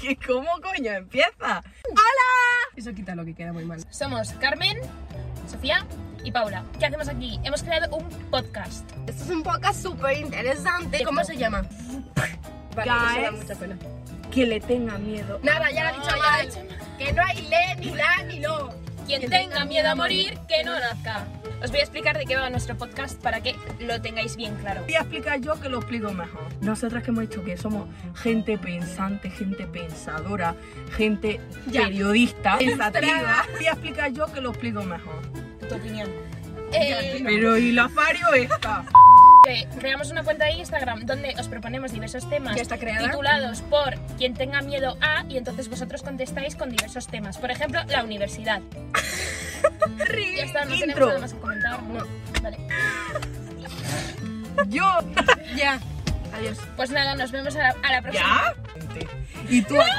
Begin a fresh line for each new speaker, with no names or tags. que ¿cómo coño empieza?
Eso quita lo que queda muy mal.
Somos Carmen, Sofía y Paula. ¿Qué hacemos aquí? Hemos creado un podcast.
Esto es un podcast súper interesante.
¿Cómo se llama?
Vale, eso da
Guys.
mucha pena.
Que le tenga miedo.
Nada, ya lo he dicho mal.
Que no hay le, ni la, ni lo.
Quien tenga miedo a morir, que no nazca. Os voy a explicar de qué va nuestro podcast para que lo tengáis bien claro.
Voy a explicar yo que lo explico mejor. Nosotras que hemos dicho que somos gente pensante, gente pensadora, gente
Ya.
periodista, pensativa. Voy a explicar yo que lo explico mejor.
Tu opinión. Eh,
Pero ¿y la Fario esta?
creamos una cuenta de Instagram donde os proponemos diversos temas
Ya está creada.
titulados por quien tenga miedo a y entonces vosotros contestáis con diversos temas. Por ejemplo, la universidad. Ya está, no tenemos
Intro.
nada más que comentar. No. Vale.
Yo.
Ya. Adiós.
Pues nada, nos vemos a la, a la próxima.
¿Ya? Y tú aquí.